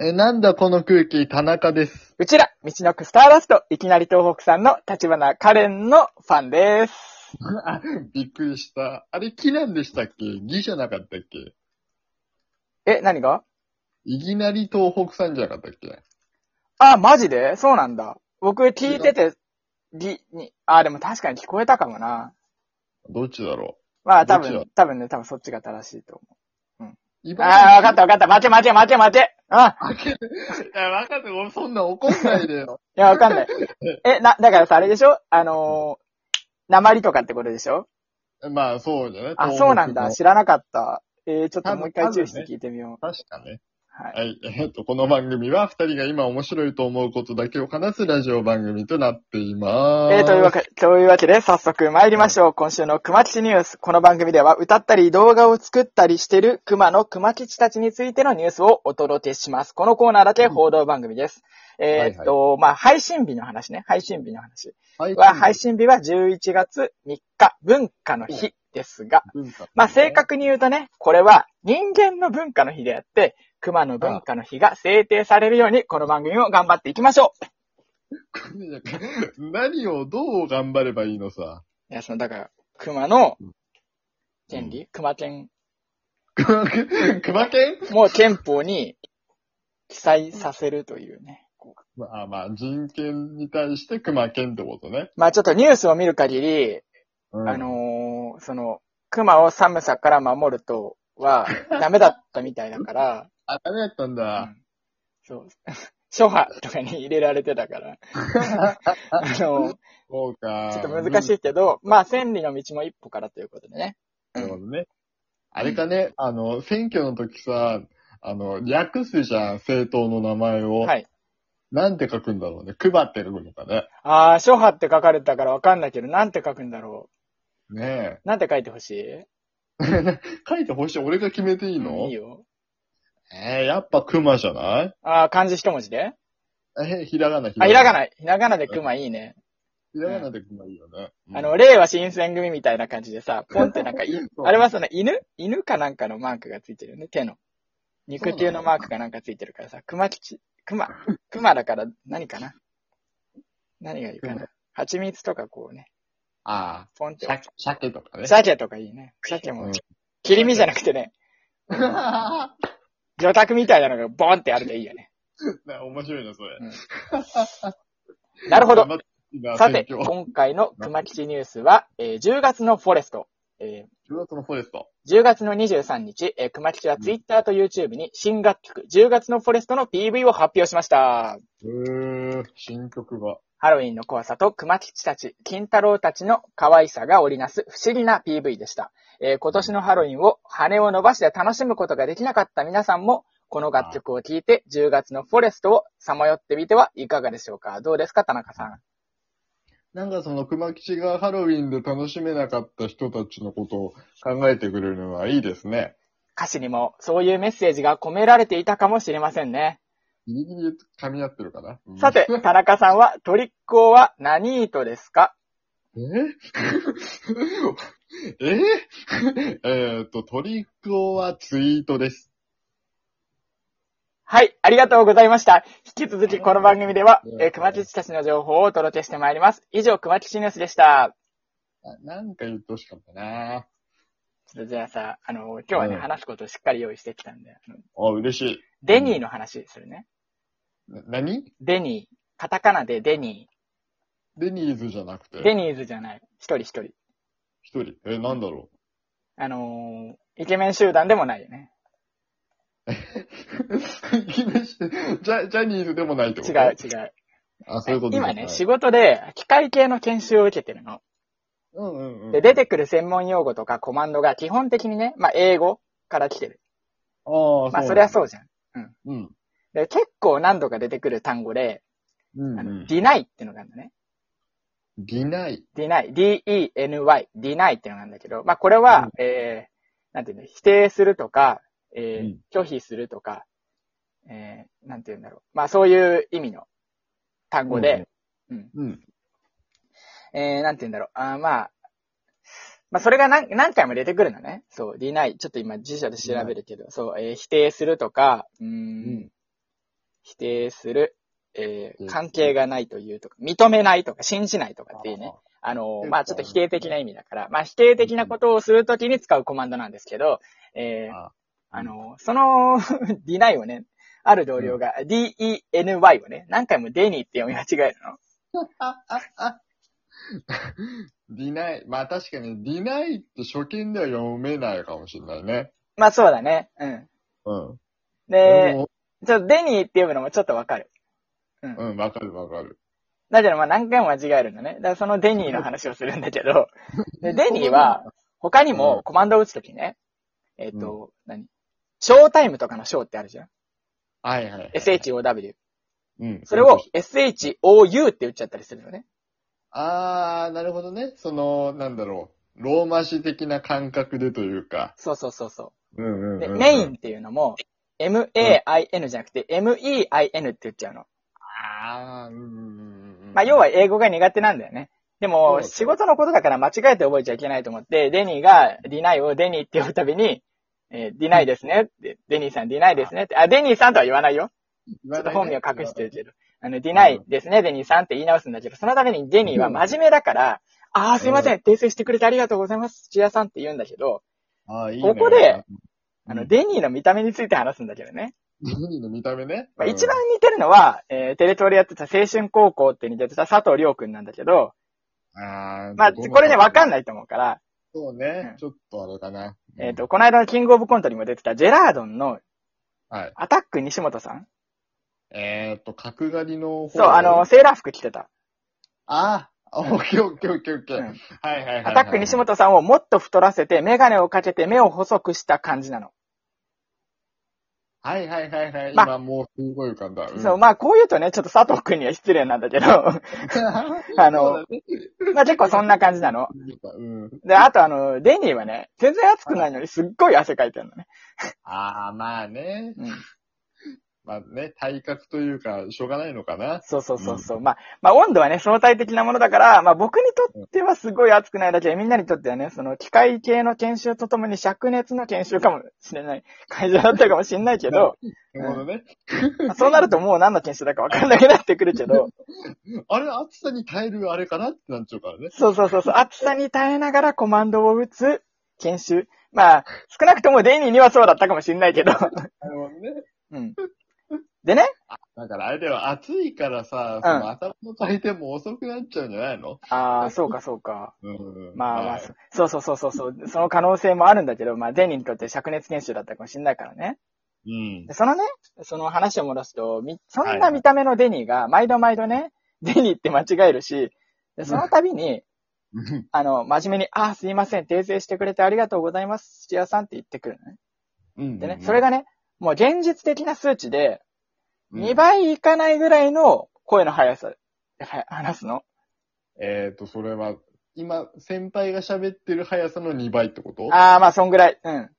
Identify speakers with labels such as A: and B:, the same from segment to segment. A: え、なんだこの空気、田中です。
B: うちら、道のくスターダスト、いきなり東北さんの立花カレンのファンです。
A: あ、びっくりした。あれ、木なんでしたっけ義じゃなかったっけ
B: え、何が
A: いきなり東北さんじゃなかったっけ
B: あ、マジでそうなんだ。僕聞いてて、り、に、あ、でも確かに聞こえたかもな。
A: どっちだろ
B: まあ多
A: どっち
B: 分、多分ね、多分そっちが正しいと思
A: う
B: う。ああ、わかった
A: わ
B: わかった。待て待て待て待て。あ、
A: いや、わかった。俺そんな怒んないでよ。
B: いや、わ かんない。え、な、だからさ、あれでしょあのー、鉛とかってことでしょ
A: まあ、そうじゃない
B: あ、そうなんだ。知らなかった。えー、ちょっともう一
A: 多
B: 回
A: 分
B: 注意して聞いてみよう。
A: 確かね。
B: はい。
A: はい。えっと、この番組は二人が今面白いと思うことだけを話すラジオ番組となっています。
B: えー、というわけ、というわけで、早速参りましょう。今週の熊吉ニュース。この番組では、歌ったり動画を作ったりしてる熊の熊吉たちについてのニュースをお届けします。このコーナーだけ報道番組です。えーっと、まあ、配信日の話ね。配信日の話。
A: はい、
B: は、配信日は11月3日、文化の日ですが、
A: 文化
B: まあ、正確に言うとね、これは人間の文化の日であって、熊の文化の日が制定されるように、この番組を頑張っていきましょう。
A: 何をどう頑張ればいいのさ。
B: いや、その、だから、熊の
A: うん
B: 権利、熊犬、
A: 熊く熊犬
B: もう憲法に記載させるというね。こう
A: まあまあ、人権に対して熊犬ってことね。
B: まあちょっとニュースを見る限り、
A: うん
B: あ、のーその、熊を寒さから守るとは、 ダメだったみたいだから、
A: あ、ダメだったんだ。
B: そう、 諸派とかに入れられてたから、 あのー
A: そうか。
B: ちょっと難し
A: い。
B: いけど、まあ千里の道も一歩からということでね。
A: なるほどね。あれかね、あの、選挙の時さ、あの、略すじゃん、政党の名前を。
B: はい。
A: なんて書くんだろうね。配ってるのかね。
B: あー、諸派って書かれたからわかんないけど、なんて書くんだろ
A: ね
B: う。なんて書いてほしい
A: え。 書いてほしい。俺が決めていいの
B: いいよ。
A: えー、やっぱ熊じゃない
B: ああ、漢字一文字で
A: えー、ひらがな、ひ
B: あ、ひらが
A: な。
B: な、ひらがなで熊いいね。
A: ひらがなで熊いいよね。
B: あの、令和新選組みたいな感じでさ、ポンってなんかい、
A: そう
B: あれはその犬犬かなんかのマークがついてるよね、手の。肉球のマークかなんかついてるからさ、熊吉、熊、熊だから何かな何がいいかな蜂蜜とかこうね、
A: ああ、
B: ポンって。
A: 鮭鮭とかね。
B: 鮭とかいいね。鮭
A: う
B: も
A: ん、
B: 切り身じゃなくてね、 魚拓みたいなのがボンってあるといいよね。
A: な面白いな、それ。
B: なるほど。
A: 頑張っていいな。
B: さて、
A: 選挙
B: 今回の熊吉ニュースは、えー10月のフォレスト。え
A: 10月のフォレスト。
B: ー10月の23日、えー熊吉は Twitter と YouTube に新楽曲、10月のフォレストの PV を発表しました。
A: へー、新曲が。
B: ハロウィンの怖さと熊吉たち、金太郎たちの可愛さが織りなす不思議な PV でした。えー今年のハロウィンを羽を伸ばして楽しむことができなかった皆さんも、この楽曲を聴いて10月のフォレストをさまよってみてはいかがでしょうかどうですか田中さん。
A: なんかその熊吉がハロウィンで楽しめなかった人たちのことを考えてくれるのはいいですね。
B: 歌詞にもそういうメッセージが込められていたかもしれませんね。
A: ギリギリ噛み合ってるかな。
B: さて、田中さんはトリックオは何糸ですか
A: ええ えー っと、トリックオはツイートです。
B: はい、ありがとうございました。引き続きこの番組では、えー熊吉たちの情報をお届けしてまいります。以上、熊吉ニュースでした。
A: あなんか言ってほしかったな
B: ちょっとじゃあさ、あの、今日はね、
A: うん
B: 話すことをしっかり用意してきたんで、あの
A: あ、嬉しい。
B: デニーの話するね。
A: な何
B: デニー。カタカナでデニ
A: デニーズじゃなく
B: ー。デ
A: て、
B: ニーズじゃない。一人一人。
A: 一人。え、なんだろ
B: あのーイケメン集団でもないよね。
A: う。 イメージジャ、ジャニーズでもないってこ
B: 違
A: と
B: う違う。
A: あ、そういうこと
B: 今ね、
A: し
B: 仕事で機械系の研修を受けてるの。
A: うんうんうん。
B: で、出てくる専門用語とかコマンドが基本的にね、まあ、英語から来てる。
A: ああ、
B: まあ、そりゃそうじゃん。
A: うなんだ。
B: で、結構何度か出てくる単語で、
A: うん。
B: あ
A: うん、う
B: の、
A: ん。
B: deny ってのがあるんだね。
A: ディナイ。
B: deny, d-e-n-y, deny ってのがあるんだけど、まあ、これは、えー、なんていうの、否定するとか、えー拒否するとか、えー、なんていうんだろう。まあ、そういう意味の単語で、うん。
A: うん。
B: えー、なんて言うんだろう。あーまあ、まあ、それが何何回も出てくるのね。そう、deny。ちょっと今辞書で調べるけど、そう、えー否定するとか、うーん、
A: うん
B: 否定する、え
A: う
B: ー、
A: ん
B: 関係がないというとか、認めないとか、信じないとかっていうね、
A: あ
B: あの
A: う、ん
B: まあ、ちょっと否定的な意味だから、まあ、否定的なことをするときに使うコマンドなんですけど、えー
A: あ
B: あの、その deny をね、ある同僚が deny をね、何回もデニーって読み間違えるの。
A: ー。ディナイ、まあ確かにディナイって初見では読めないかもしれないね。
B: まあ、そうだね。うん。
A: うん。
B: で、
A: も
B: ちょっとデニーって読むのもちょっとわかる。
A: うん、わかるわかる。
B: だけど、まあ、何回も間違えるんだね。だから、そのデニーの話をするんだけ ど、で、デニーは、他に
A: う
B: も
A: ん
B: コマンドを打つときね、えっ、と、何ショータイムとかのショーってあるじゃん。
A: はいはいはい。
B: SHOW。
A: うん。
B: それを SHOU って打っちゃったりするのね。
A: あー、なるほどね。その、なんだろう。ローマ字的な感覚でというか。
B: そうそうそうそ
A: うんうん
B: う。
A: うん、
B: で、
A: うん。
B: メインっていうのも、MAIN じゃなくて MEIN って打っちゃうの。
A: あー、うんうんうん。
B: まあ、要は、英語が苦手なんだよね。で
A: そ
B: も、
A: う
B: 仕事のことだから間違えて覚えちゃいけないと思って、デニーがディナイをデニーって呼ぶたびに、えーディナイですねって、デニーさんディナイですねって、あ、デニーさんとは言わないよ。
A: ち
B: ちょっと本名を隠してるけど、あの、ディナイですね、デニーさんって言い直すんだけど、そのためにデニーは真面目だから、ああ、すいません、訂正してくれてありがとうございます、土屋さんって言うんだけど、
A: あーいいね
B: ここで、
A: うん
B: あの、デニーの見た目について話すんだけどね。
A: ディズニーの見た目ね。
B: まあ、一番似てるのは、えー、テレ東でやってた青春高校って似てた佐藤亮くんなんだけど、
A: うん、あー
B: まあ、これね、わかん
A: い。
B: ないと思うから、
A: そう
B: う
A: ね
B: ん。
A: ちょっとあれかな。
B: えっ、と、この間のキングオブコントにも出てたジェラードンの
A: うん。はい。
B: アタック西本さん
A: えっと、角刈りの方。
B: そう、あの、、セーラー服着てた。
A: ああ、オッケーオッケーオッケーオッケー。
B: うん
A: はいはいはいはい。
B: アタック西本さんをもっと太らせて、メガネをかけて目を細くした感じなの。
A: はいはいはいはい。
B: まあ
A: 今もうすごい浮かんだ。ん
B: そう、まあこう言うとね、ちょっと佐藤くんには失礼なんだけど、 あの、まあ結構そんな感じなの。
A: うん。
B: で、あとあの、デニーはね、全然暑くないのにすっごい汗かいてるのね。
A: ああ、まあね。
B: うん。
A: まあね、体格というか、しょうがないのかな。
B: そうそうそうそう。まあ、まあ温度はね、相対的なものだから、まあ僕にとってはすごい暑くないだけで、みんなにとってはね、その機械系の研修とともに灼熱の研修かもしれない会場だったかもしれないけど、
A: なるほどね。
B: まあそうなるともう何の研修だかわかんなくなってくるけど、
A: あれ、暑さに耐えるあれかなってなっちゃうからね。
B: そうそうそうそう、暑さに耐えながらコマンドを打つ研修。まあ、少なくともデイニーにはそうだったかもしれないけど。
A: なるほどね。
B: うん。でね、
A: だからあれでは暑いからさ、その頭の回転も遅くなっちゃうんじゃないの
B: ああ、そうかそうか。
A: うん。
B: まあまあ、
A: はい
B: そそうそうそうそうそう、その可能性もあるんだけど、まあデイニーにとって灼熱研修だったかもしれないからね。
A: うん
B: で。そのね、その話を戻すと、みそん
A: はい
B: な
A: はい
B: 見た目のデニーが毎度毎度ね、デニーって間違えるし、でその度に、あの、真面目に、ああ、すいません、訂正してくれてありがとうございます、土屋さんって言ってくるのね。
A: うん。
B: でね、それがね、もう現実的な数値で、
A: うん、
B: 2倍いかないぐらいの声の速さ、は話すの。
A: えっと、それは、今、先輩が喋ってる速さの2倍ってこと
B: ああ、まあ、そんぐらい。うん。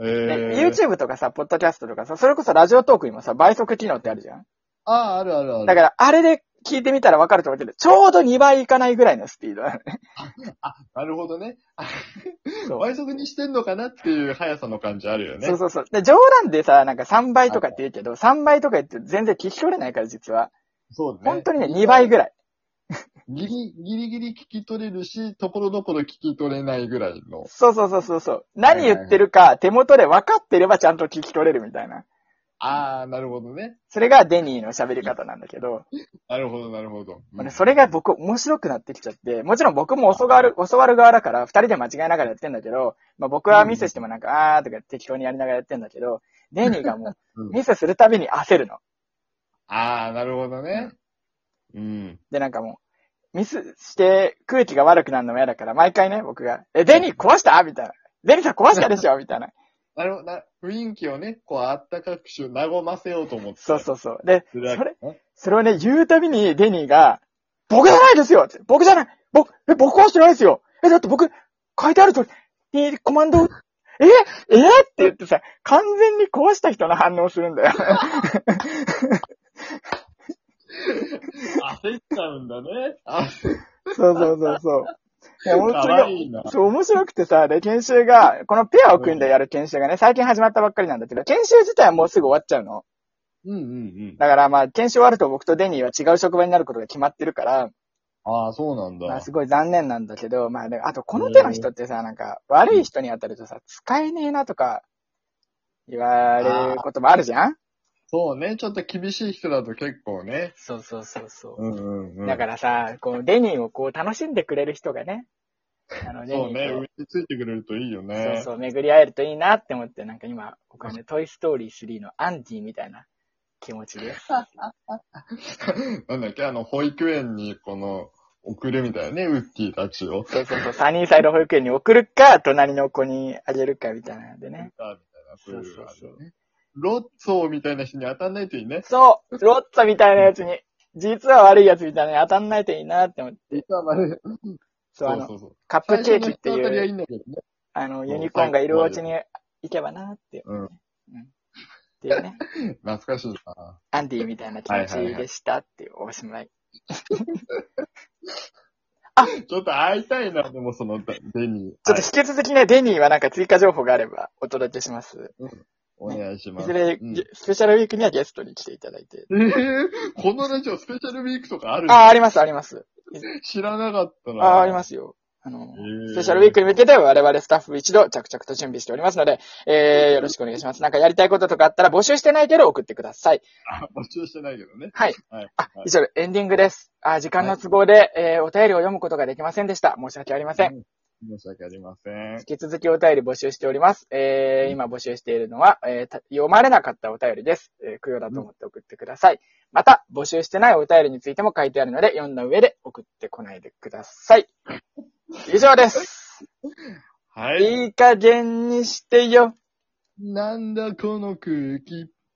A: え
B: で、
A: ー
B: YouTube とかさ、ポッドキャストとかさ、それこそラジオトークにもさ、倍速機能ってあるじゃん。
A: ああ、あるあるある。
B: だから、あれで聞いてみたらわかると思うけど、ちょうど2倍いかないぐらいのスピードなのね。
A: なるほどね。あ
B: そう
A: 倍速にしてんのかなっていう速さの感じあるよね。
B: そうそうそう。で、冗談でさ、なんか3倍とかって言うけど、3倍とか言って全然聞き取れないから、実は。
A: そうね。
B: 本当にね、2倍ぐらい。
A: ギリ、ギリギリ聞き取れるし、ところどころ聞き取れないぐらいの。
B: そうそうそうそうそう。何言ってるか、手元で分かってればちゃんと聞き取れるみたいな。
A: ああ、なるほどね。
B: それがデニーの喋り方なんだけど、
A: なるほど、なるほど。
B: まあねそれが僕面白くなってきちゃって、もちろん僕も教わる、教わる側だから、二人で間違えながらやってんだけど、まあ僕はミスしてもなんか、あーとか適当にやりながらやってんだけど、デニーがも
A: うん
B: う、ミスするたびに焦るの。
A: ああ、なるほどね。うん。
B: で、なんかもう、ミスして空気が悪くなるのも嫌だから、毎回ね、僕が、え、デニー壊したみたいな。デニーさん壊したでしょみたいな。
A: なるほどな、雰囲気をね、こう、あったかくし、和ませようと思って。
B: そうそうそう。で、そ
A: するわけ
B: れ
A: ね、
B: それをね、言うたびにデニーが、僕じゃないですよって僕じゃない僕、え、僕はしてないですよえ、だって僕、書いてあると、えー、コマンド、ええって言ってさ、完全に壊した人の反応するんだよ。
A: 焦っちゃうんだね。あ、
B: そうそうそうそう。いや面
A: か
B: 白
A: わ
B: い
A: いいな。
B: そう、面白くてさ、で、研修が、このペアを組んでやる研修がね、最近始まったばっかりなんだけど、研修自体はもうすぐ終わっちゃうの。
A: うんうんうん。
B: だからまあ、検証あると僕とデニーは違う職場になることが決まってるから、
A: ああ、そうなんだ。
B: まあすごい残念なんだけど、まあで、あとこの手の人ってさ、なんか悪い人に当たるとさ、使えねえなとか言われることもあるじゃん
A: そうね。ちょっと厳しい人だと結構ね。
B: そうそうそうそう
A: うんうんうん。
B: だからさ、こう、デニーをこう、楽しんでくれる人がね、あの、デ
A: そう
B: ニ
A: ね。
B: ー
A: う
B: と、
A: ちついてくれるといいよ
B: そう
A: ね。
B: そう、巡り会えるといいなって思って、なんか今、僕はね、トイストーリー3のアンディみたいな気持ちです。
A: なんだっけ、あの、保育園にこの、送るみたいなね、ウッディたちを。
B: そうそうそう、サニーサイド保育園に送るか、隣の子にあげるかみたいなんでね。
A: あみたいな、そういう
B: そう
A: の
B: そ
A: あ
B: うそう
A: るよね。ロッツォみたいな人に当たんないといいね。
B: そう、ロッツァみたいなやつに、実は悪いやつみたいなのに当たんないといいなって思って。
A: 実はまる。
B: そう、あの、
A: そうそう。
B: カップ
A: 最
B: ケ
A: 初
B: ーキ
A: の
B: って
A: 人当たり
B: い、
A: はいういんだけどね。
B: あの、
A: ん
B: ユニコーンがいるお家に行けばなって。
A: うん。
B: っていうね、
A: 懐かしいな。
B: アンディみたいな気持ちでしたっていうおしまい。
A: ちょっと会いたいな、でもその、デニー。
B: ちょっと引き続きね、デニーはなんか追加情報があればお届けします。
A: はい、お願いしま
B: い
A: す。
B: ずれ、
A: うん
B: ゲスペシャルウィークにはゲストに来ていただいて。
A: えー、このラジオスペシャルウィークとかあるの
B: ああ、あります、あります。
A: 知らなかったな。。
B: ああ、ありますすよ。あの、
A: ス
B: スペシャルウィークに向けて我々スタッフ一度着々と準備しておりますので、えー、よろしくお願いします。なんかやりたいこととかあったら募集してないけど送ってください。
A: あ、募集してないけどね。
B: はい。
A: はい
B: あ
A: はい、
B: 以上、エンディングです。あー時間の都合で、えー、お便りを読むことができませんでした。申し訳ありません。
A: うん申し訳ありません。
B: 引き続きお便り募集しております。えー、今募集しているのは、えーた読まれなかったお便りです。えー、供養だと思って送ってください。また、募集してないお便りについても書いてあるので、読んだ上で送ってこないでください。以上です。
A: はい。
B: いい加減にしてよ。
A: なんだこの空気。